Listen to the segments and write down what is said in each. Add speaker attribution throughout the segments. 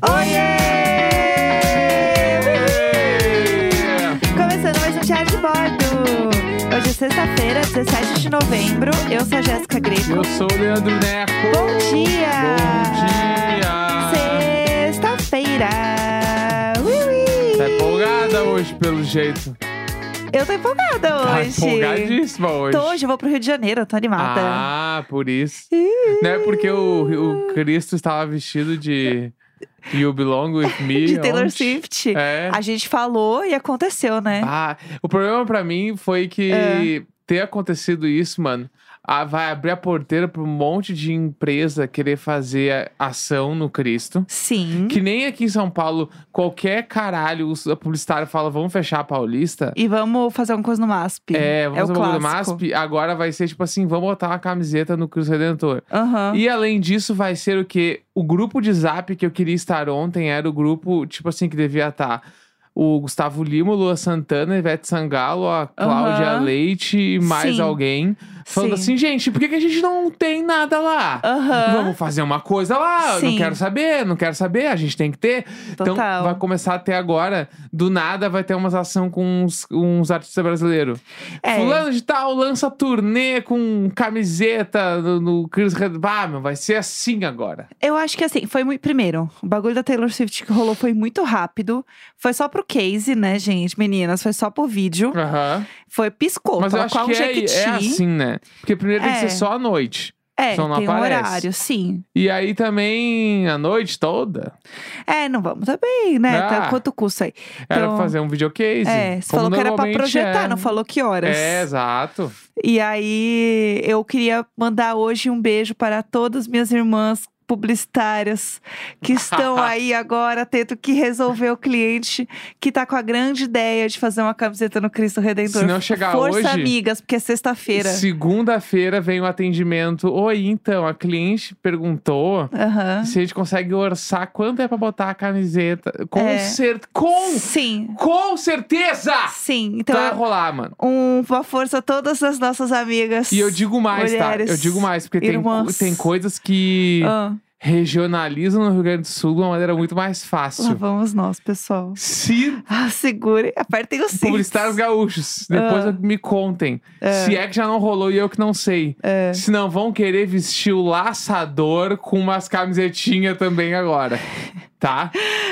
Speaker 1: um Hoje é sexta-feira, 17 de novembro. Eu sou a Jéssica Greco.
Speaker 2: Eu sou o Leandro Neco.
Speaker 1: Bom dia!
Speaker 2: Bom dia!
Speaker 1: Sexta-feira! Ui, ui.
Speaker 2: Tá empolgada hoje, pelo jeito.
Speaker 1: Eu tô empolgada
Speaker 2: Tá
Speaker 1: hoje.
Speaker 2: empolgadíssima hoje.
Speaker 1: Tô hoje, eu vou pro Rio de Janeiro, eu tô animada.
Speaker 2: Ah, por isso. Não é porque o, o Cristo estava vestido de You Belong With Me.
Speaker 1: De Taylor
Speaker 2: ontem.
Speaker 1: Swift.
Speaker 2: É.
Speaker 1: A gente falou e aconteceu, né?
Speaker 2: Ah, o problema pra mim foi que
Speaker 1: Ah.
Speaker 2: ter acontecido isso, mano, ah, vai abrir a porteira pra um monte de empresa querer fazer a- ação no Cristo.
Speaker 1: Sim.
Speaker 2: Que nem aqui em São Paulo, qualquer caralho, os- o publicitário fala, vamos fechar a Paulista.
Speaker 1: E vamos fazer uma coisa no MASP.
Speaker 2: É, vamos
Speaker 1: é o
Speaker 2: fazer um bagulho do
Speaker 1: clássico.
Speaker 2: MASP. Agora vai ser tipo assim, vamos botar uma camiseta no Cristo Redentor.
Speaker 1: Aham.
Speaker 2: E além disso, vai ser o quê? O grupo de zap que eu queria estar ontem era o grupo, tipo assim, que devia estar o Gustavo Lima, o Lua Santana, a Ivete Sangalo, a Cláudia
Speaker 1: Aham.
Speaker 2: Leite e mais
Speaker 1: Sim.
Speaker 2: alguém. Falando
Speaker 1: Sim.
Speaker 2: assim, gente, por que, que a gente não tem nada lá?
Speaker 1: Aham.
Speaker 2: Vamos fazer uma coisa lá, eu não
Speaker 1: Sim.
Speaker 2: quero saber, não quero saber, a gente tem que ter. Então
Speaker 1: Total.
Speaker 2: vai começar até agora, do nada vai ter umas ação com uns, uns artistas brasileiros.
Speaker 1: É.
Speaker 2: Fulano de tal lança turnê com camiseta no, no Chris Red. Ah, meu, vai ser assim agora.
Speaker 1: Eu acho que assim, foi muito. Primeiro, o bagulho da Taylor Swift que rolou foi muito rápido. Foi só pro case, né, gente? Meninas, foi só pro vídeo.
Speaker 2: Aham.
Speaker 1: Foi piscou,
Speaker 2: Mas eu
Speaker 1: colocou
Speaker 2: acho que
Speaker 1: um
Speaker 2: é,
Speaker 1: jequiti.
Speaker 2: é assim, né? Porque primeiro tem
Speaker 1: É.
Speaker 2: que ser só à noite.
Speaker 1: É,
Speaker 2: só não
Speaker 1: tem um
Speaker 2: aparece.
Speaker 1: horário, sim.
Speaker 2: E aí também a noite toda.
Speaker 1: É, não vamos também, né?
Speaker 2: Ah.
Speaker 1: Tá, quanto custa aí?
Speaker 2: Era
Speaker 1: Então,
Speaker 2: pra fazer um videocase.
Speaker 1: É, você
Speaker 2: como
Speaker 1: falou que era pra
Speaker 2: normalmente
Speaker 1: projetar,
Speaker 2: é.
Speaker 1: não falou que horas.
Speaker 2: É, exato.
Speaker 1: E aí, eu queria mandar hoje um beijo para todas minhas irmãs publicitárias que estão aí agora tendo que resolver o cliente que tá com a grande ideia de fazer uma camiseta no Cristo Redentor.
Speaker 2: Se não chegar
Speaker 1: Força,
Speaker 2: hoje-
Speaker 1: amigas, porque é sexta-feira.
Speaker 2: Segunda-feira vem o atendimento. Oi, então, a cliente perguntou
Speaker 1: Aham.
Speaker 2: se a gente consegue orçar quanto é pra botar a camiseta. Com,
Speaker 1: É.
Speaker 2: cer- com,
Speaker 1: Sim,
Speaker 2: com certeza!
Speaker 1: sim. Então,
Speaker 2: Vai rolar, mano.
Speaker 1: um- uma força a todas as nossas amigas.
Speaker 2: E eu digo mais,
Speaker 1: mulheres,
Speaker 2: tá? Eu digo mais, porque tem, co-
Speaker 1: irmãs.
Speaker 2: tem coisas que
Speaker 1: Ah,
Speaker 2: regionalizam no Rio Grande do Sul de uma maneira muito mais
Speaker 1: lá
Speaker 2: fácil.
Speaker 1: vamos nós, pessoal.
Speaker 2: Se
Speaker 1: Ah, segure, apertem os cintos.
Speaker 2: publicitários gaúchos, depois
Speaker 1: Ah.
Speaker 2: me contem. Se é que já não rolou e eu que não sei.
Speaker 1: É.
Speaker 2: Se não vão querer vestir o laçador com umas camisetinhas também agora. Tá?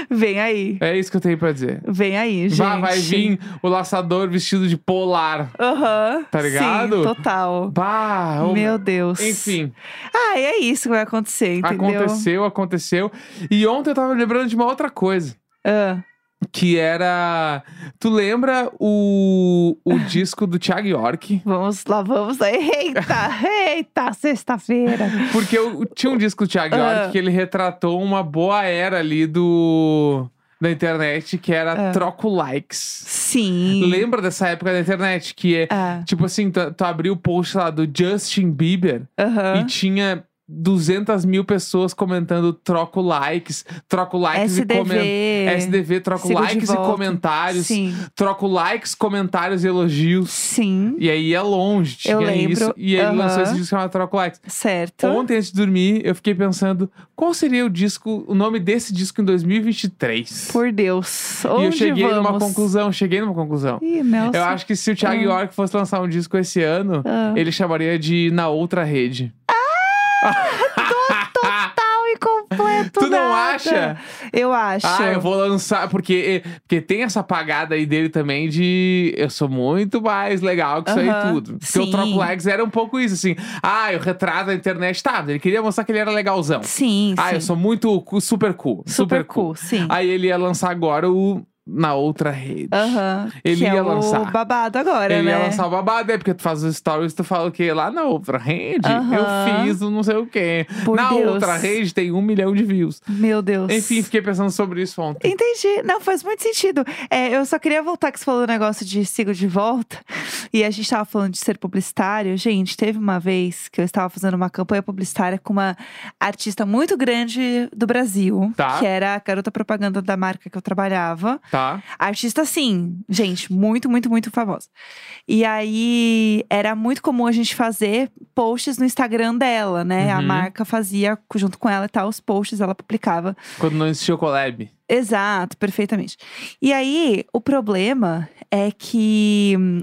Speaker 1: Vem aí.
Speaker 2: É isso que eu tenho pra dizer.
Speaker 1: Vem aí, gente.
Speaker 2: Vá, vai vir o laçador vestido de polar.
Speaker 1: Aham.
Speaker 2: Tá ligado?
Speaker 1: Sim, total.
Speaker 2: Bah, ô-
Speaker 1: Meu Deus.
Speaker 2: Enfim,
Speaker 1: Ah, e é isso que vai acontecer, entendeu?
Speaker 2: aconteceu, aconteceu. E ontem eu tava me lembrando de uma outra coisa.
Speaker 1: Ah,
Speaker 2: Que era. Tu lembra o, o disco do Thiago York?
Speaker 1: vamos lá, vamos lá. Eita, eita, sexta-feira.
Speaker 2: Porque eu, tinha um disco do Thiago
Speaker 1: Ah.
Speaker 2: York que ele retratou uma boa era ali do. Da internet, que era
Speaker 1: Ah.
Speaker 2: troco likes.
Speaker 1: Sim.
Speaker 2: Lembra dessa época da internet? Que é.
Speaker 1: Ah,
Speaker 2: Tipo assim, tu, tu abriu o post lá do Justin Bieber e
Speaker 1: aham.
Speaker 2: tinha 200 mil pessoas comentando troco likes, troco likes e comentários.
Speaker 1: SDV.
Speaker 2: SDV, troco
Speaker 1: Sigo de
Speaker 2: likes e
Speaker 1: volta.
Speaker 2: comentários.
Speaker 1: Sim,
Speaker 2: Troco likes, comentários e elogios.
Speaker 1: sim,
Speaker 2: E aí é longe, tinha
Speaker 1: Eu lembro,
Speaker 2: isso. E ele
Speaker 1: aham.
Speaker 2: lançou esse disco chamado Troco Likes.
Speaker 1: certo.
Speaker 2: Ontem, antes de dormir, eu fiquei pensando qual seria o disco, o nome desse disco em 2023.
Speaker 1: Por Deus.
Speaker 2: e
Speaker 1: Onde
Speaker 2: eu cheguei
Speaker 1: vamos?
Speaker 2: numa conclusão, cheguei numa conclusão.
Speaker 1: Ih, Nelson.
Speaker 2: Eu acho que se o Thiago
Speaker 1: Ah.
Speaker 2: York fosse lançar um disco esse ano,
Speaker 1: Ah.
Speaker 2: ele chamaria de Na Outra Rede. Ah!
Speaker 1: Total e completo.
Speaker 2: Tu não
Speaker 1: nada.
Speaker 2: acha?
Speaker 1: Eu acho.
Speaker 2: Ah, eu vou lançar, porque, eh, porque tem essa pagada aí dele também de eu sou muito mais legal que isso aí
Speaker 1: Aham,
Speaker 2: tudo. Porque o
Speaker 1: sim.
Speaker 2: Troco Likes era um pouco isso, assim. Ah, eu retrato a internet. Tá, ele queria mostrar que ele era legalzão.
Speaker 1: Sim,
Speaker 2: ah,
Speaker 1: sim.
Speaker 2: eu sou muito cu- super cool.
Speaker 1: Super, cool, sim.
Speaker 2: Aí ele ia lançar agora o Na Outra Rede.
Speaker 1: Aham.
Speaker 2: Ele
Speaker 1: que
Speaker 2: ia
Speaker 1: é
Speaker 2: lançar.
Speaker 1: o babado agora,
Speaker 2: Ele
Speaker 1: né?
Speaker 2: ia lançar o babado, é porque tu faz os stories, tu fala o quê? Lá na outra rede, eu
Speaker 1: Aham.
Speaker 2: fiz o não sei o quê.
Speaker 1: Por
Speaker 2: na
Speaker 1: Deus.
Speaker 2: outra rede tem um milhão de views.
Speaker 1: Meu Deus.
Speaker 2: Enfim, fiquei pensando sobre isso ontem.
Speaker 1: Entendi. Não, faz muito sentido. É, eu só queria voltar que você falou o negócio de sigo de volta. E a gente tava falando de ser publicitário. Gente, teve uma vez que eu estava fazendo uma campanha publicitária com uma artista muito grande do Brasil.
Speaker 2: Tá.
Speaker 1: Que era a garota propaganda da marca que eu trabalhava.
Speaker 2: Tá?
Speaker 1: Artista, sim, gente, muito, muito, muito famosa. E aí era muito comum a gente fazer posts no Instagram dela, né? A
Speaker 2: Uhum.
Speaker 1: marca fazia junto com ela e tal, os posts ela publicava.
Speaker 2: Quando não existia o collab.
Speaker 1: Exato, perfeitamente. E aí, o problema é que hum,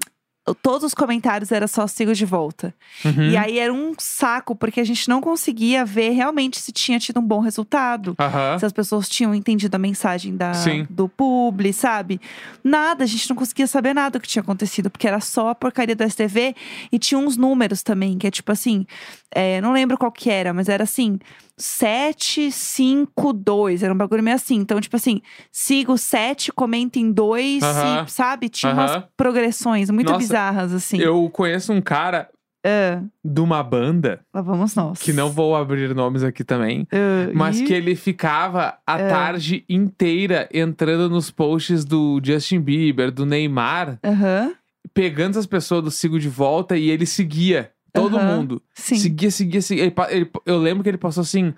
Speaker 1: todos os comentários era só sigo de volta.
Speaker 2: Uhum.
Speaker 1: E aí era um saco, porque a gente não conseguia ver realmente se tinha tido um bom resultado.
Speaker 2: Aham.
Speaker 1: Se as pessoas tinham entendido a mensagem da,
Speaker 2: Ah. Sim.
Speaker 1: do publi, sabe? Nada, a gente não conseguia saber nada do que tinha acontecido, porque era só a porcaria do STV e tinha uns números também, que é tipo assim, é, não lembro qual que era, mas era assim, 752, era um bagulho meio assim. Então, tipo assim, sigo 7, comenta em 2,
Speaker 2: Aham.
Speaker 1: sabe? Tinha umas
Speaker 2: Aham.
Speaker 1: progressões muito
Speaker 2: Nossa,
Speaker 1: bizarras, assim.
Speaker 2: Eu conheço um cara
Speaker 1: Ah,
Speaker 2: de uma banda,
Speaker 1: lá vamos nós.
Speaker 2: que não vou abrir nomes aqui também,
Speaker 1: Ah,
Speaker 2: mas
Speaker 1: e-
Speaker 2: que ele ficava a
Speaker 1: É.
Speaker 2: tarde inteira entrando nos posts do Justin Bieber, do Neymar,
Speaker 1: Aham,
Speaker 2: pegando as pessoas do Sigo de volta e ele seguia todo
Speaker 1: Aham.
Speaker 2: mundo.
Speaker 1: sim.
Speaker 2: Seguia, seguia, seguia. Ele pa- ele- eu lembro que ele passou assim,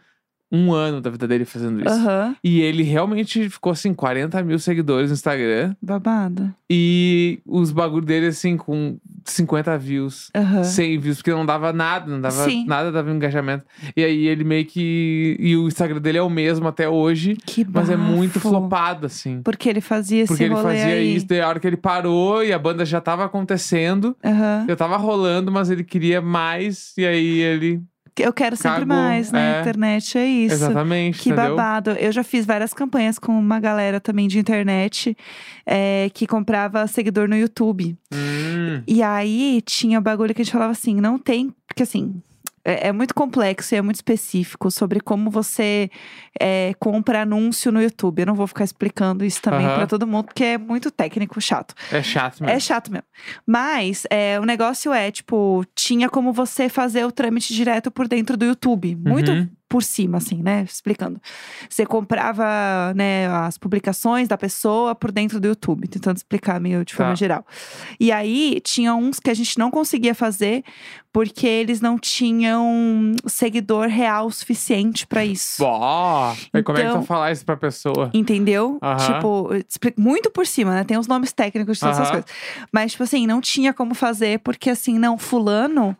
Speaker 2: um ano da vida dele fazendo isso.
Speaker 1: Aham,
Speaker 2: E ele realmente ficou assim, 40 mil seguidores no Instagram.
Speaker 1: babado.
Speaker 2: E os bagulho dele, assim, com 50 views.
Speaker 1: Aham.
Speaker 2: 100 views, porque não dava nada, não dava
Speaker 1: É. Sim.
Speaker 2: nada, dava engajamento. E aí ele meio que. E o Instagram dele é o mesmo até hoje,
Speaker 1: Que
Speaker 2: mas é muito
Speaker 1: bafo.
Speaker 2: flopado, assim.
Speaker 1: Porque ele fazia esse
Speaker 2: Porque ele
Speaker 1: rolê
Speaker 2: fazia
Speaker 1: aí.
Speaker 2: isso, daí a hora que ele parou e a banda já tava acontecendo,
Speaker 1: Aham.
Speaker 2: já tava rolando, mas ele queria mais, e aí ele.
Speaker 1: Eu quero sempre
Speaker 2: Cagou,
Speaker 1: mais, né?
Speaker 2: é.
Speaker 1: Internet é isso.
Speaker 2: Exatamente,
Speaker 1: Que
Speaker 2: entendeu?
Speaker 1: babado. Eu já fiz várias campanhas com uma galera também de internet é, que comprava seguidor no YouTube.
Speaker 2: Hum,
Speaker 1: E aí tinha bagulho que a gente falava assim: não tem. Porque assim. É é muito complexo e é muito específico sobre como você é, compra anúncio no YouTube. Eu não vou ficar explicando isso também
Speaker 2: Aham.
Speaker 1: pra todo mundo, porque é muito técnico, chato.
Speaker 2: é chato
Speaker 1: É
Speaker 2: mesmo.
Speaker 1: chato mesmo. Mas é, o negócio é, tipo, tinha como você fazer o trâmite direto por dentro do YouTube. Muito
Speaker 2: Uhum.
Speaker 1: por cima, assim, né? Explicando. Você comprava, né, as publicações da pessoa por dentro do YouTube, tentando explicar meio de forma
Speaker 2: Tá.
Speaker 1: geral. E aí tinha uns que a gente não conseguia fazer porque eles não tinham seguidor real suficiente pra isso.
Speaker 2: Bó! E como é que tu
Speaker 1: Então-
Speaker 2: vai falar isso pra pessoa?
Speaker 1: Entendeu?
Speaker 2: Aham.
Speaker 1: Tipo, expli- muito por cima, né? Tem os nomes técnicos de todas essas
Speaker 2: Aham.
Speaker 1: coisas. Mas, tipo assim, não tinha como fazer, porque assim, não, fulano.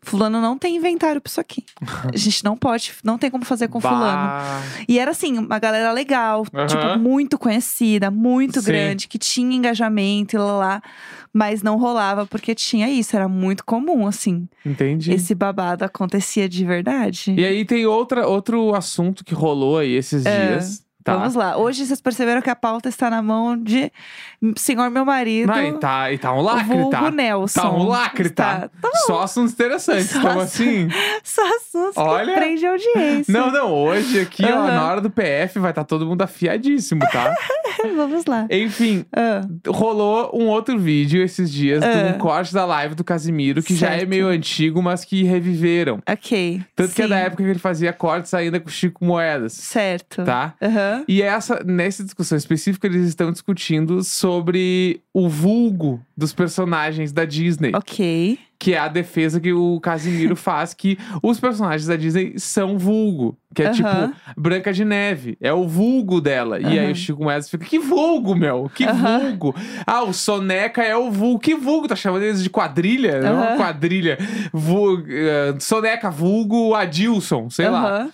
Speaker 1: Fulano não tem inventário pra isso aqui. A gente não pode, não tem como fazer com fulano.
Speaker 2: Bah.
Speaker 1: E era assim, uma galera legal,
Speaker 2: Aham.
Speaker 1: tipo, muito conhecida, muito
Speaker 2: Sim.
Speaker 1: grande, que tinha engajamento e lá, lá, lá. Mas não rolava porque tinha isso, era muito comum, assim.
Speaker 2: Entendi.
Speaker 1: Esse babado acontecia de verdade.
Speaker 2: E aí tem outra, outro assunto que rolou aí esses
Speaker 1: É,
Speaker 2: dias. Tá.
Speaker 1: Vamos lá. Hoje vocês perceberam que a pauta está na mão de senhor meu marido.
Speaker 2: Não, e tá, e tá um
Speaker 1: o
Speaker 2: lacre,
Speaker 1: Então, vulgo
Speaker 2: tá?
Speaker 1: Nelson.
Speaker 2: Tá um lacre, tá?
Speaker 1: Tá. Então,
Speaker 2: Só assuntos interessantes.
Speaker 1: Só
Speaker 2: Então,
Speaker 1: assunto-
Speaker 2: assim.
Speaker 1: Só assuntos
Speaker 2: Olha.
Speaker 1: que prende audiência.
Speaker 2: Não, não, hoje aqui, ó,
Speaker 1: Aham.
Speaker 2: na hora do PF, vai estar todo mundo afiadíssimo, tá?
Speaker 1: Vamos lá.
Speaker 2: Enfim,
Speaker 1: Ah,
Speaker 2: rolou um outro vídeo esses dias de
Speaker 1: Ah.
Speaker 2: um corte da live do Casimiro, que já é
Speaker 1: Certo.
Speaker 2: meio antigo, mas que reviveram.
Speaker 1: ok.
Speaker 2: Tanto que é
Speaker 1: Sim.
Speaker 2: da época que ele fazia cortes ainda com o Chico Moedas,
Speaker 1: Certo.
Speaker 2: tá?
Speaker 1: Aham.
Speaker 2: E essa, nessa discussão específica, eles estão discutindo sobre o vulgo dos personagens da Disney,
Speaker 1: Ok.
Speaker 2: que é a defesa que o Casimiro faz, que os personagens da Disney são vulgo, que é
Speaker 1: Aham.
Speaker 2: tipo Branca de Neve, é o vulgo dela. E aí
Speaker 1: Aham.
Speaker 2: o Chico Moedas fica, que vulgo, meu, que
Speaker 1: Aham.
Speaker 2: vulgo. Ah, o Soneca é o vulgo, que vulgo, tá chamando eles de quadrilha? Não, é
Speaker 1: Aham.
Speaker 2: uma quadrilha. Vu- eh, Soneca, vulgo, Adilson, sei lá.
Speaker 1: Aham.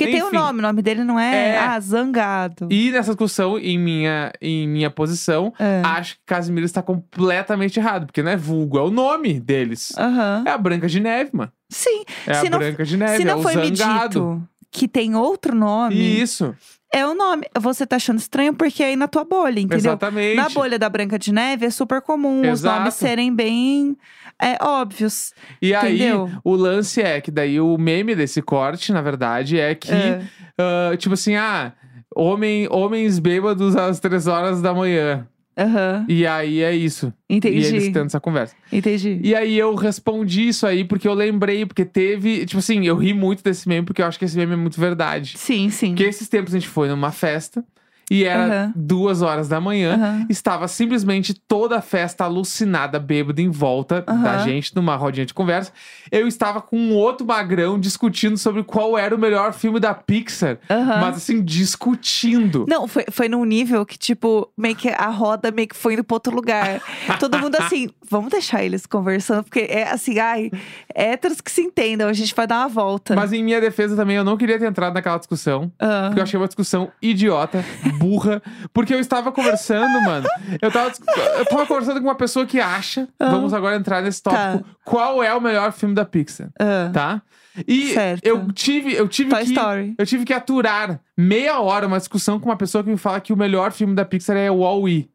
Speaker 1: Porque tem o
Speaker 2: Enfim.
Speaker 1: nome, o nome dele não é,
Speaker 2: É.
Speaker 1: Ah, Zangado.
Speaker 2: E nessa discussão, em minha, em minha posição,
Speaker 1: É.
Speaker 2: acho que Casimiro está completamente errado, porque não é vulgo, é o nome deles.
Speaker 1: Aham.
Speaker 2: É a Branca de Neve, mano.
Speaker 1: Sim.
Speaker 2: É
Speaker 1: Se
Speaker 2: a
Speaker 1: não-
Speaker 2: Branca de Neve,
Speaker 1: Se
Speaker 2: é
Speaker 1: não
Speaker 2: o
Speaker 1: foi
Speaker 2: zangado.
Speaker 1: medido que tem outro nome,
Speaker 2: Isso,
Speaker 1: é o nome. Você tá achando estranho porque aí na tua bolha, entendeu?
Speaker 2: exatamente.
Speaker 1: Na bolha da Branca de Neve é super comum os
Speaker 2: Exato.
Speaker 1: nomes serem bem é, óbvios.
Speaker 2: e aí,
Speaker 1: entendeu?
Speaker 2: o lance é que daí o meme desse corte, na verdade, é que,
Speaker 1: É.
Speaker 2: ah, tipo assim, ah, homem, homens bêbados às três horas da manhã.
Speaker 1: Aham.
Speaker 2: E aí é isso. E eles
Speaker 1: Entendi.
Speaker 2: tendo essa conversa.
Speaker 1: Entendi.
Speaker 2: E aí eu respondi isso aí porque eu lembrei, porque teve. Tipo assim, eu ri muito desse meme porque eu acho que esse meme é muito verdade.
Speaker 1: Sim, sim.
Speaker 2: Porque esses tempos a gente foi numa festa e era
Speaker 1: Aham.
Speaker 2: duas horas da manhã.
Speaker 1: Aham.
Speaker 2: Estava simplesmente toda a festa alucinada, bêbada em volta da
Speaker 1: Aham.
Speaker 2: gente, numa rodinha de conversa. Eu estava com um outro magrão discutindo sobre qual era o melhor filme da Pixar.
Speaker 1: Aham.
Speaker 2: Mas assim, discutindo.
Speaker 1: Não, foi, foi num nível que, tipo, meio que a roda meio que foi indo pra outro lugar. Todo mundo assim, vamos deixar eles conversando, porque é assim, ai, héteros que se entendam, a gente vai dar uma volta.
Speaker 2: Mas em minha defesa também, eu não queria ter entrado naquela discussão.
Speaker 1: Ah.
Speaker 2: Porque eu achei uma discussão idiota, burra. Porque eu estava conversando, mano. Eu tava, dis- eu tava conversando com uma pessoa que acha. Vamos agora entrar nesse tópico.
Speaker 1: Tá.
Speaker 2: Qual é o melhor filme da Pixar?
Speaker 1: Ah,
Speaker 2: Tá? E
Speaker 1: Certo.
Speaker 2: eu tive, eu tive
Speaker 1: Toy
Speaker 2: que.
Speaker 1: Story.
Speaker 2: Eu tive que aturar meia hora uma discussão com uma pessoa que me fala que o melhor filme da Pixar é o Wall-E.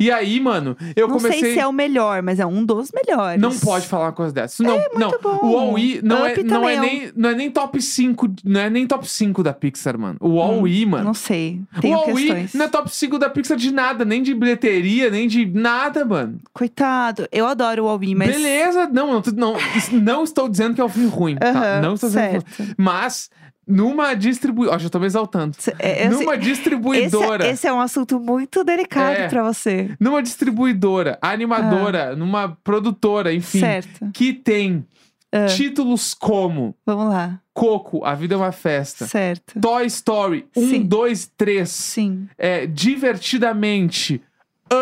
Speaker 2: E aí, mano, eu
Speaker 1: não
Speaker 2: comecei.
Speaker 1: sei se é o melhor, mas é um dos melhores.
Speaker 2: Não pode falar uma coisa dessa. Isso Não, não.
Speaker 1: É bom.
Speaker 2: O Wall-E não, é,
Speaker 1: Up
Speaker 2: não, é
Speaker 1: também um
Speaker 2: nem, não é nem top 5, não é nem top 5 da Pixar, mano. O Wall-E, mano.
Speaker 1: Hum, Não sei.
Speaker 2: O
Speaker 1: Tenho
Speaker 2: Wall-E
Speaker 1: questões.
Speaker 2: não é top 5 da Pixar de nada, nem de bilheteria, nem de nada, mano.
Speaker 1: Coitado. Eu adoro o Alvin, mas.
Speaker 2: Beleza, não, não, tô- não, isso- não estou dizendo que é um filme ruim, tá?
Speaker 1: Aham,
Speaker 2: Não estou dizendo que é um filme-
Speaker 1: certo.
Speaker 2: Mas, numa distribuidora. Ó, já tô me exaltando.
Speaker 1: Cê- é- esse-
Speaker 2: numa
Speaker 1: esse,
Speaker 2: distribuidora.
Speaker 1: esse é um assunto muito delicado
Speaker 2: É.
Speaker 1: pra você.
Speaker 2: Numa distribuidora, animadora,
Speaker 1: Ah.
Speaker 2: numa produtora, enfim.
Speaker 1: Certo.
Speaker 2: Que tem
Speaker 1: Ah.
Speaker 2: títulos como
Speaker 1: Vamos lá.
Speaker 2: Coco, A Vida é uma Festa.
Speaker 1: Certo.
Speaker 2: Toy Story 1,
Speaker 1: Sim.
Speaker 2: 2, 3.
Speaker 1: Sim.
Speaker 2: É, divertidamente.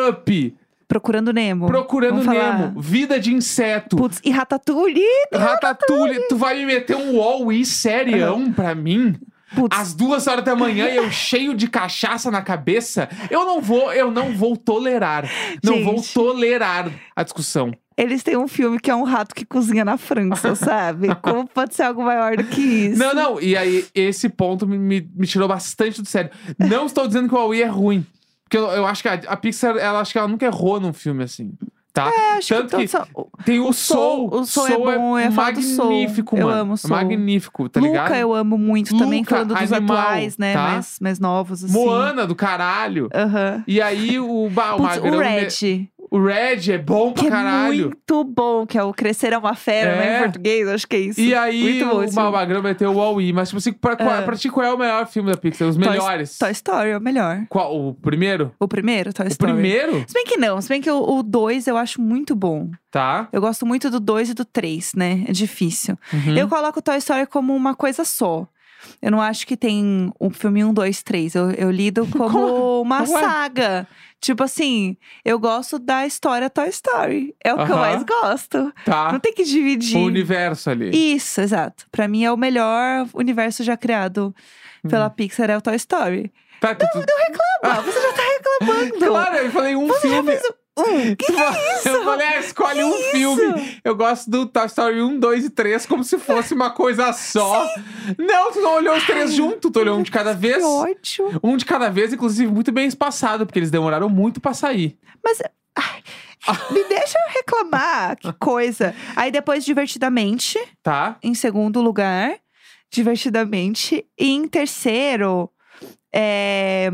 Speaker 2: Up.
Speaker 1: Procurando Nemo.
Speaker 2: Procurando
Speaker 1: Vamos falar.
Speaker 2: Nemo. Vida de Inseto.
Speaker 1: Putz, e Ratatouille?
Speaker 2: Ratatouille. Tu vai me meter um all-in serião pra mim?
Speaker 1: Putz,
Speaker 2: Às duas horas da manhã e eu cheio de cachaça na cabeça, eu não vou, eu não vou tolerar. Não vou
Speaker 1: Gente.
Speaker 2: tolerar a discussão.
Speaker 1: eles têm um filme que é um rato que cozinha na França, sabe? Como pode ser algo maior do que isso?
Speaker 2: Não, não, e aí esse ponto me, me, me tirou bastante do sério. Não estou dizendo que o Aoi é ruim. Porque eu, eu acho que a, a Pixar, ela acho que ela nunca errou num filme assim. Tá?
Speaker 1: Eu É, acho
Speaker 2: Tanto
Speaker 1: que,
Speaker 2: que- tá
Speaker 1: todos são-
Speaker 2: Tem o,
Speaker 1: Soul,
Speaker 2: Soul.
Speaker 1: o Soul é bom, eu ia falar do Soul.
Speaker 2: magnífico,
Speaker 1: Eu
Speaker 2: mano.
Speaker 1: amo Soul.
Speaker 2: Magnífico, tá
Speaker 1: Luca é
Speaker 2: ligado?
Speaker 1: eu amo muito também,
Speaker 2: Luca,
Speaker 1: falando dos
Speaker 2: Animal,
Speaker 1: atuais, né?
Speaker 2: tá?
Speaker 1: Mais, mais novos, assim.
Speaker 2: Moana do caralho.
Speaker 1: Aham.
Speaker 2: E aí o bah,
Speaker 1: Putz,
Speaker 2: Magrão né?
Speaker 1: o
Speaker 2: me-
Speaker 1: Red,
Speaker 2: o Red é bom pra
Speaker 1: que é
Speaker 2: caralho.
Speaker 1: muito bom, que é o Crescer é uma Fera, né?
Speaker 2: É.
Speaker 1: Em português, acho que é isso.
Speaker 2: E aí,
Speaker 1: muito bom
Speaker 2: o
Speaker 1: esse filme.
Speaker 2: Malmagrão meteu o Wall-E. Mas, tipo assim, pra, qual- pra ti, qual é o melhor filme da Pixar? Os
Speaker 1: Toy-
Speaker 2: melhores?
Speaker 1: Toy Story é o melhor.
Speaker 2: Qual? O primeiro?
Speaker 1: O primeiro, Toy
Speaker 2: O
Speaker 1: Story.
Speaker 2: primeiro?
Speaker 1: Se bem que não, se bem que o 2 eu acho muito bom.
Speaker 2: Tá.
Speaker 1: Eu gosto muito do 2 e do 3, né? É difícil.
Speaker 2: Uhum.
Speaker 1: Eu coloco Toy Story como uma coisa só. Eu não acho que tem um filme 1, 2, 3. Eu, eu lido como uma
Speaker 2: Ué.
Speaker 1: saga. Tipo assim, eu gosto da história Toy Story. É o que eu
Speaker 2: Aham.
Speaker 1: mais gosto. Não
Speaker 2: Tá.
Speaker 1: tem que dividir.
Speaker 2: O universo ali.
Speaker 1: Isso, exato. Pra mim é o melhor universo já criado pela Pixar, é o Toy Story.
Speaker 2: Tá, tu, tu...
Speaker 1: Ah, você já tá reclamando.
Speaker 2: Claro, eu falei um filme.
Speaker 1: Um,
Speaker 2: Tu fala- Eu falei, ah, escolhe um filme. Eu gosto do Toy Story 1, 2 e 3 como se fosse uma coisa só. Não, tu não olhou os três juntos, tu olhou um de cada vez.
Speaker 1: que ódio.
Speaker 2: Um de cada vez, inclusive, muito bem espaçado, porque eles demoraram muito pra sair.
Speaker 1: Mas. ai, me deixa reclamar, que coisa. Aí depois, divertidamente,
Speaker 2: Tá?
Speaker 1: em segundo lugar. Divertidamente. E em terceiro, é,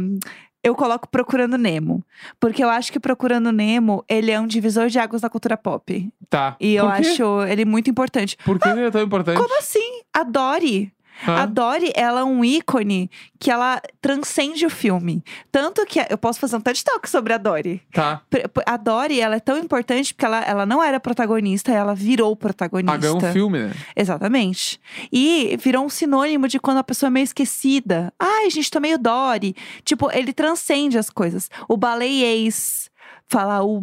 Speaker 1: eu coloco Procurando Nemo. Porque eu acho que Procurando Nemo, ele é um divisor de águas da cultura pop.
Speaker 2: Tá.
Speaker 1: E eu
Speaker 2: Por quê?
Speaker 1: acho ele muito importante.
Speaker 2: Por que ele é tão importante?
Speaker 1: Como assim? A Dory.
Speaker 2: Hã?
Speaker 1: A Dory, ela é um ícone que ela transcende o filme. Tanto que eu posso fazer um TED Talk sobre a Dory.
Speaker 2: Tá.
Speaker 1: Pr- pr- A Dory, ela é tão importante porque ela, ela não era protagonista, ela virou protagonista.
Speaker 2: Ah, ganhou um filme, né?
Speaker 1: Exatamente. E virou um sinônimo de quando a pessoa é meio esquecida. Ai, gente, tô meio Dory. Tipo, ele transcende as coisas. O baleiês. Falar o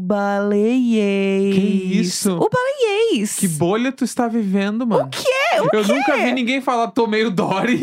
Speaker 1: baleiês.
Speaker 2: Que isso?
Speaker 1: O baleiês.
Speaker 2: Que bolha tu está vivendo, mano? O quê? eu nunca vi ninguém falar, tô meio Dory. O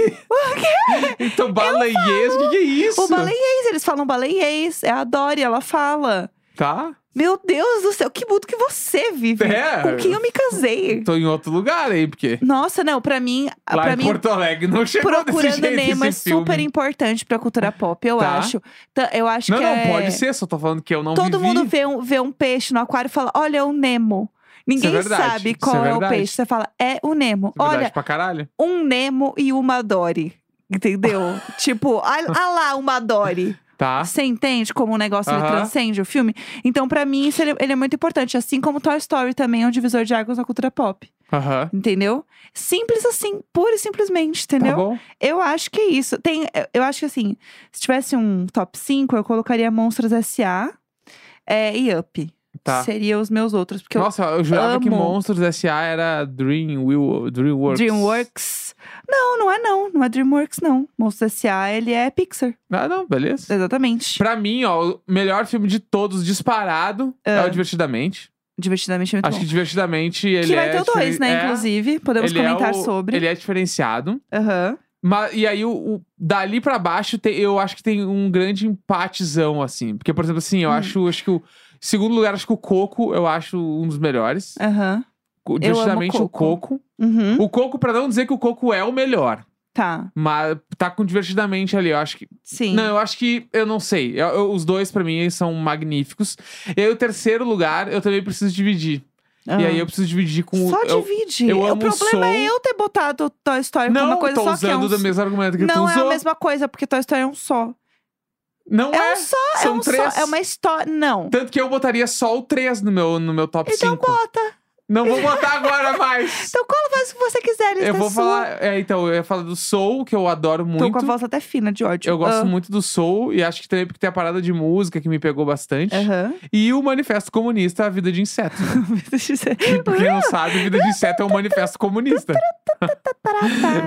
Speaker 2: quê? então, baleiês, o que, que é isso?
Speaker 1: O baleiês, eles falam baleiês. É a Dory, ela fala.
Speaker 2: Tá?
Speaker 1: Meu Deus do céu, que mundo que você vive.
Speaker 2: É.
Speaker 1: Com quem eu me casei.
Speaker 2: Tô em outro lugar aí, porque.
Speaker 1: Nossa, não, pra mim, Ah,
Speaker 2: Lá
Speaker 1: pra
Speaker 2: em
Speaker 1: mim
Speaker 2: Porto Alegre não chegou desse
Speaker 1: Procurando
Speaker 2: jeito
Speaker 1: Nemo é
Speaker 2: esse filme.
Speaker 1: super importante pra cultura pop, eu
Speaker 2: Tá.
Speaker 1: acho. Tá, Eu acho
Speaker 2: Não,
Speaker 1: que
Speaker 2: não,
Speaker 1: é...
Speaker 2: pode ser, só tô falando que eu não
Speaker 1: Todo
Speaker 2: vivi.
Speaker 1: mundo vê um, vê um peixe no aquário e fala: Olha, é o Nemo. Ninguém
Speaker 2: verdade,
Speaker 1: sabe
Speaker 2: isso
Speaker 1: qual
Speaker 2: é
Speaker 1: é, o
Speaker 2: verdade.
Speaker 1: peixe. Você fala, é o Nemo.
Speaker 2: Verdade
Speaker 1: Olha,
Speaker 2: pra caralho.
Speaker 1: um Nemo e uma Dory. Entendeu? tipo, ah ah lá, uma Dory.
Speaker 2: Tá?
Speaker 1: Você entende como o negócio ele
Speaker 2: Aham.
Speaker 1: transcende o filme? Então, pra mim, isso ele, ele é muito importante. Assim como Toy Story também é um divisor de águas na cultura pop.
Speaker 2: Aham. Tá
Speaker 1: Entendeu? Simples assim, pura e simplesmente, entendeu?
Speaker 2: Tá bom?
Speaker 1: Eu acho que é isso. Tem, eu- eu acho que assim, se tivesse um top 5, eu colocaria Monstros S.A. é, e Up.
Speaker 2: Tá.
Speaker 1: Seria os meus outros. Porque eu-
Speaker 2: Nossa, eu jurava que
Speaker 1: amo.
Speaker 2: Monstros S.A. era Dream, Will, Dreamworks.
Speaker 1: Dreamworks. Não, não é não. Não é Dreamworks, não. Monstros S.A. ele é Pixar.
Speaker 2: Ah, não, beleza.
Speaker 1: Exatamente.
Speaker 2: Pra mim, ó, o melhor filme de todos disparado é,
Speaker 1: Ah.
Speaker 2: o Divertidamente.
Speaker 1: Divertidamente é muito
Speaker 2: Acho
Speaker 1: bom.
Speaker 2: que Divertidamente ele
Speaker 1: que vai
Speaker 2: é
Speaker 1: ter o dois,
Speaker 2: diferen-
Speaker 1: né?
Speaker 2: é,
Speaker 1: Inclusive, podemos
Speaker 2: ele é
Speaker 1: comentar
Speaker 2: o-
Speaker 1: sobre.
Speaker 2: Ele é diferenciado.
Speaker 1: Aham.
Speaker 2: Mas, e aí, o, o- dali pra baixo, tem- eu acho que tem um grande empatezão, assim. Porque, por exemplo, assim, eu
Speaker 1: Hum.
Speaker 2: acho, acho que o. Segundo lugar, acho que o Coco, eu acho um dos melhores.
Speaker 1: Aham.
Speaker 2: Co-
Speaker 1: É, Eu amo
Speaker 2: Justamente o
Speaker 1: Coco.
Speaker 2: Coco.
Speaker 1: Uhum.
Speaker 2: O Coco, pra não dizer que o Coco é o melhor.
Speaker 1: Tá,
Speaker 2: Mas tá com divertidamente ali, eu acho que.
Speaker 1: sim.
Speaker 2: Não, eu acho que. Eu não sei. Eu- eu- os dois, pra mim, eles são magníficos. E aí, o terceiro lugar, eu também preciso dividir. E
Speaker 1: Ah.
Speaker 2: aí, eu preciso dividir com.
Speaker 1: Só
Speaker 2: o- eu,
Speaker 1: divide.
Speaker 2: eu
Speaker 1: o
Speaker 2: amo o
Speaker 1: problema é
Speaker 2: som.
Speaker 1: eu ter botado Toy Story
Speaker 2: não,
Speaker 1: como uma coisa
Speaker 2: tô
Speaker 1: só que é
Speaker 2: usando
Speaker 1: um...
Speaker 2: o mesmo argumento que tu
Speaker 1: Não é
Speaker 2: usou.
Speaker 1: a mesma coisa, porque Toy Story é um só.
Speaker 2: Não
Speaker 1: É
Speaker 2: é.
Speaker 1: um só, é
Speaker 2: São
Speaker 1: um
Speaker 2: três.
Speaker 1: só. É uma história. Não.
Speaker 2: Tanto que eu botaria só o 3 no meu, no meu top
Speaker 1: Então
Speaker 2: 5.
Speaker 1: bota.
Speaker 2: Não vou botar agora mais.
Speaker 1: Então cola, faz o que você quiser. lista
Speaker 2: eu vou
Speaker 1: é sua.
Speaker 2: falar. É, então, eu ia falar do Soul, que eu adoro
Speaker 1: Tô com a
Speaker 2: muito.
Speaker 1: voz até fina de ódio.
Speaker 2: Eu gosto
Speaker 1: Ah,
Speaker 2: muito do Soul e acho que também porque tem a parada de música que me pegou bastante.
Speaker 1: Aham.
Speaker 2: E o Manifesto Comunista, A Vida de Inseto.
Speaker 1: Deixa eu dizer.
Speaker 2: Que, pra quem não sabe, Vida de Inseto é um manifesto comunista.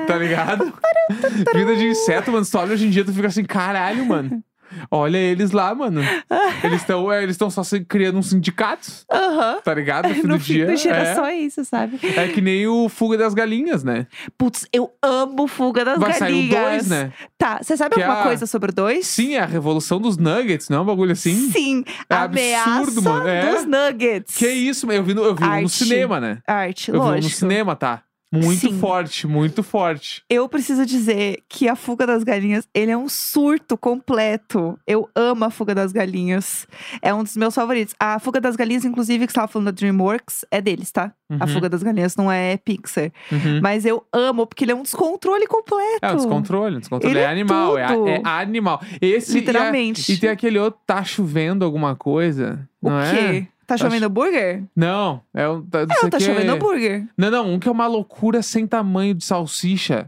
Speaker 2: tá ligado? Vida de Inseto, mano. Se tu olha hoje em dia, tu fica assim, caralho, mano. Olha eles lá, mano. Eles estão eles tão só se criando um sindicato,
Speaker 1: Aham.
Speaker 2: tá ligado? No fim do
Speaker 1: No fim
Speaker 2: dia.
Speaker 1: da geração
Speaker 2: é.
Speaker 1: é isso, sabe?
Speaker 2: É que nem o Fuga das Galinhas, né?
Speaker 1: Putz, eu amo Fuga das
Speaker 2: Vai sair o
Speaker 1: Galinhas.
Speaker 2: 2, né?
Speaker 1: Tá, você sabe
Speaker 2: Que
Speaker 1: alguma
Speaker 2: a-
Speaker 1: coisa sobre o 2?
Speaker 2: Sim, é a revolução dos nuggets, não é um bagulho assim?
Speaker 1: Sim.
Speaker 2: É
Speaker 1: Ameaça
Speaker 2: absurdo, mano. É.
Speaker 1: dos nuggets.
Speaker 2: Que isso, mano. Eu vi no, eu vi no
Speaker 1: Arte.
Speaker 2: cinema, né?
Speaker 1: Arte,
Speaker 2: Eu vi no
Speaker 1: lógico.
Speaker 2: cinema, tá? Muito
Speaker 1: Sim.
Speaker 2: forte, muito forte.
Speaker 1: Eu preciso dizer que a Fuga das Galinhas, ele é um surto completo. Eu amo a Fuga das Galinhas. É um dos meus favoritos. A Fuga das Galinhas, inclusive, que você tava falando da DreamWorks, é deles, tá? A
Speaker 2: Uhum,
Speaker 1: Fuga das Galinhas não é Pixar.
Speaker 2: uhum.
Speaker 1: Mas eu amo, porque ele é um descontrole completo.
Speaker 2: É, o descontrole, o descontrole
Speaker 1: Ele
Speaker 2: é
Speaker 1: é
Speaker 2: animal, é, a-
Speaker 1: tudo.
Speaker 2: é animal. Esse e a-
Speaker 1: Literalmente.
Speaker 2: E, tem aquele outro, tá chovendo alguma coisa,
Speaker 1: O
Speaker 2: não é?
Speaker 1: quê? Tá
Speaker 2: Acho-
Speaker 1: chovendo hambúrguer?
Speaker 2: Não, é um... Tá,
Speaker 1: Não,
Speaker 2: sei
Speaker 1: tá
Speaker 2: que-
Speaker 1: chovendo hambúrguer.
Speaker 2: Não, não, um que é uma loucura sem tamanho de salsicha.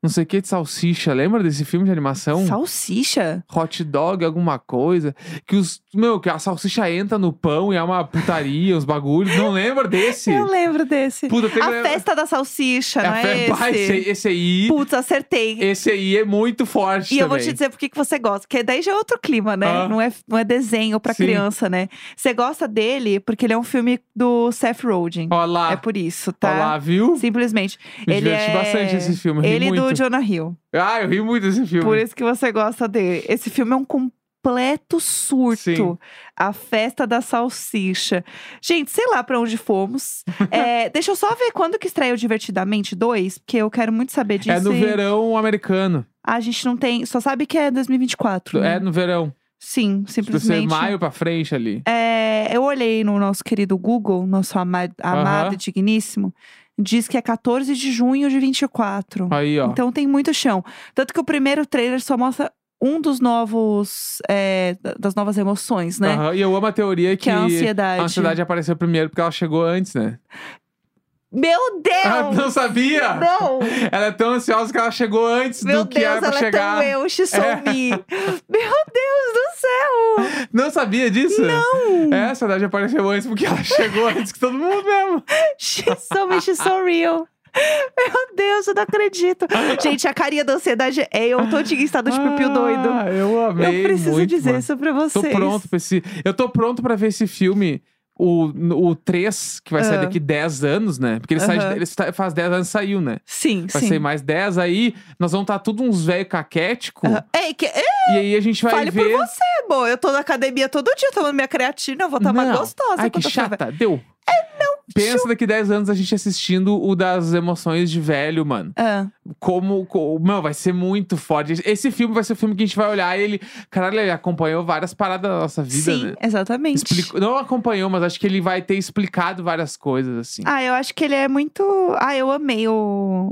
Speaker 2: Não sei o que de salsicha, lembra desse filme de animação?
Speaker 1: Salsicha?
Speaker 2: Hot dog, alguma coisa. Que os. Meu, que a salsicha entra no pão e é uma putaria, uns bagulhos. Não lembra desse?
Speaker 1: Eu lembro desse.
Speaker 2: Puta, tem
Speaker 1: A
Speaker 2: que lembrar.
Speaker 1: festa da salsicha,
Speaker 2: É
Speaker 1: não
Speaker 2: a
Speaker 1: é
Speaker 2: fe-
Speaker 1: esse?
Speaker 2: Bah, esse, aí- esse aí.
Speaker 1: Putz, acertei.
Speaker 2: Esse aí é muito forte.
Speaker 1: E eu vou te
Speaker 2: também.
Speaker 1: dizer por que que você gosta, porque daí já é outro clima, né?
Speaker 2: Ah.
Speaker 1: Não, é, não é desenho pra
Speaker 2: Sim.
Speaker 1: criança, né? Você gosta dele porque ele é um filme do Seth Rogen.
Speaker 2: Ó lá.
Speaker 1: É por isso, tá?
Speaker 2: Ó lá, viu?
Speaker 1: Simplesmente.
Speaker 2: Me
Speaker 1: ele
Speaker 2: diverti
Speaker 1: é...
Speaker 2: bastante esse filme. eu ri
Speaker 1: Ele e
Speaker 2: muito.
Speaker 1: do Jonah Hill.
Speaker 2: Ah, eu ri muito desse filme.
Speaker 1: Por isso que você gosta dele. Esse filme é um completo surto.
Speaker 2: Sim.
Speaker 1: A festa da salsicha. Gente, sei lá pra onde fomos. É, deixa eu só ver quando que estreia o Divertidamente 2, porque eu quero muito saber disso.
Speaker 2: é no
Speaker 1: e-
Speaker 2: verão americano.
Speaker 1: A gente não tem. Só sabe que é 2024. né?
Speaker 2: É no verão.
Speaker 1: Sim,
Speaker 2: Deve ser
Speaker 1: simplesmente.
Speaker 2: Tipo, é maio pra frente ali.
Speaker 1: É, eu olhei no nosso querido Google, nosso ama- amado
Speaker 2: Aham.
Speaker 1: e digníssimo, diz que é 14 de junho de 24.
Speaker 2: Aí, ó.
Speaker 1: Então tem muito chão. Tanto que o primeiro trailer só mostra um dos novos. é, da- das novas emoções, né?
Speaker 2: Aham, E eu amo a teoria que,
Speaker 1: Que é a ansiedade.
Speaker 2: a ansiedade apareceu primeiro porque ela chegou antes, né?
Speaker 1: Meu
Speaker 2: Ah,
Speaker 1: Deus!
Speaker 2: não sabia?
Speaker 1: não!
Speaker 2: Ela é tão ansiosa que ela chegou antes
Speaker 1: Meu
Speaker 2: do que
Speaker 1: Deus,
Speaker 2: era pra
Speaker 1: ela é
Speaker 2: chegar.
Speaker 1: tão eu, she's so
Speaker 2: É.
Speaker 1: me. Meu Deus do céu!
Speaker 2: Não sabia disso? Não! É, a ansiedade apareceu antes porque ela chegou antes que todo mundo mesmo.
Speaker 1: She's so me, she's so real. Meu Deus, eu não acredito. Gente, a carinha da ansiedade é eu todinha em estado de pupil doido.
Speaker 2: Ah, eu amei.
Speaker 1: Eu preciso
Speaker 2: muito,
Speaker 1: dizer
Speaker 2: mano.
Speaker 1: isso pra
Speaker 2: Tô
Speaker 1: vocês.
Speaker 2: pronto pra esse. Eu tô pronto pra ver esse filme. O, o 3, que vai sair
Speaker 1: Ah.
Speaker 2: daqui 10 anos, né? Porque ele, sai de-
Speaker 1: Aham.
Speaker 2: ele sa- faz 10 anos saiu, né?
Speaker 1: Sim,
Speaker 2: Vai
Speaker 1: sim.
Speaker 2: sair mais 10, aí nós vamos estar tudo uns velho caquético.
Speaker 1: Aham. Ei, que, ei,
Speaker 2: E aí a gente vai
Speaker 1: fale
Speaker 2: ver.
Speaker 1: por você, amor. Eu tô na academia todo dia tomando minha creatina, eu vou estar mais
Speaker 2: Não.
Speaker 1: gostosa.
Speaker 2: Ai, que
Speaker 1: enquanto eu É, tiver-
Speaker 2: chata. Deu. Pensa daqui 10 anos a gente assistindo o das emoções de velho, mano.
Speaker 1: Ah,
Speaker 2: Como. co- Meu, vai ser muito forte. Esse filme vai ser o filme que a gente vai olhar e ele. Caralho, ele acompanhou várias paradas da nossa vida,
Speaker 1: sim,
Speaker 2: né?
Speaker 1: exatamente.
Speaker 2: Explicou- não acompanhou, mas acho que ele vai ter explicado várias coisas, assim.
Speaker 1: Ah, eu acho que ele é muito. Ah, eu amei o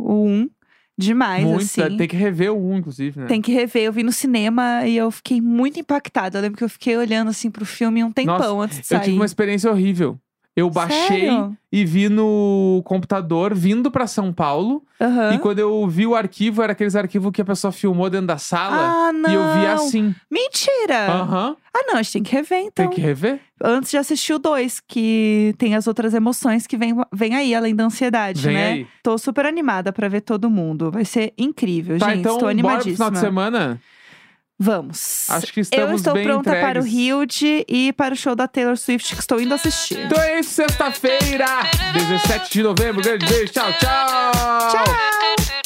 Speaker 1: 1 um, demais,
Speaker 2: Muito,
Speaker 1: assim.
Speaker 2: Tem que rever o um, inclusive, né?
Speaker 1: Tem que rever. Eu vi no cinema e eu fiquei muito impactada. Eu lembro que eu fiquei olhando assim pro filme um tempão
Speaker 2: Nossa,
Speaker 1: antes de
Speaker 2: Eu
Speaker 1: sair.
Speaker 2: tive uma experiência horrível. Eu baixei
Speaker 1: Sério?
Speaker 2: e vi no computador vindo pra São Paulo.
Speaker 1: Aham.
Speaker 2: E quando eu vi o arquivo, era aqueles arquivos que a pessoa filmou dentro da sala.
Speaker 1: Ah, não.
Speaker 2: E eu vi assim.
Speaker 1: Mentira!
Speaker 2: Aham.
Speaker 1: Ah, não, a gente tem que rever, então.
Speaker 2: Tem que rever?
Speaker 1: Antes de assistir o 2, que tem as outras emoções que vem, vem aí, além da ansiedade,
Speaker 2: Vem
Speaker 1: né?
Speaker 2: aí.
Speaker 1: Tô super animada pra ver todo mundo. Vai ser incrível,
Speaker 2: Tá,
Speaker 1: gente.
Speaker 2: então
Speaker 1: Estou
Speaker 2: bora pro
Speaker 1: animadíssima.
Speaker 2: final de semana.
Speaker 1: Vamos.
Speaker 2: Acho que estamos
Speaker 1: Eu estou
Speaker 2: bem
Speaker 1: pronta
Speaker 2: entregues.
Speaker 1: para o Hilde e para o show da Taylor Swift, que estou indo assistir.
Speaker 2: Então é isso, sexta-feira, 17 de novembro. Grande beijo, tchau, tchau.
Speaker 1: Tchau!
Speaker 3: Tchau.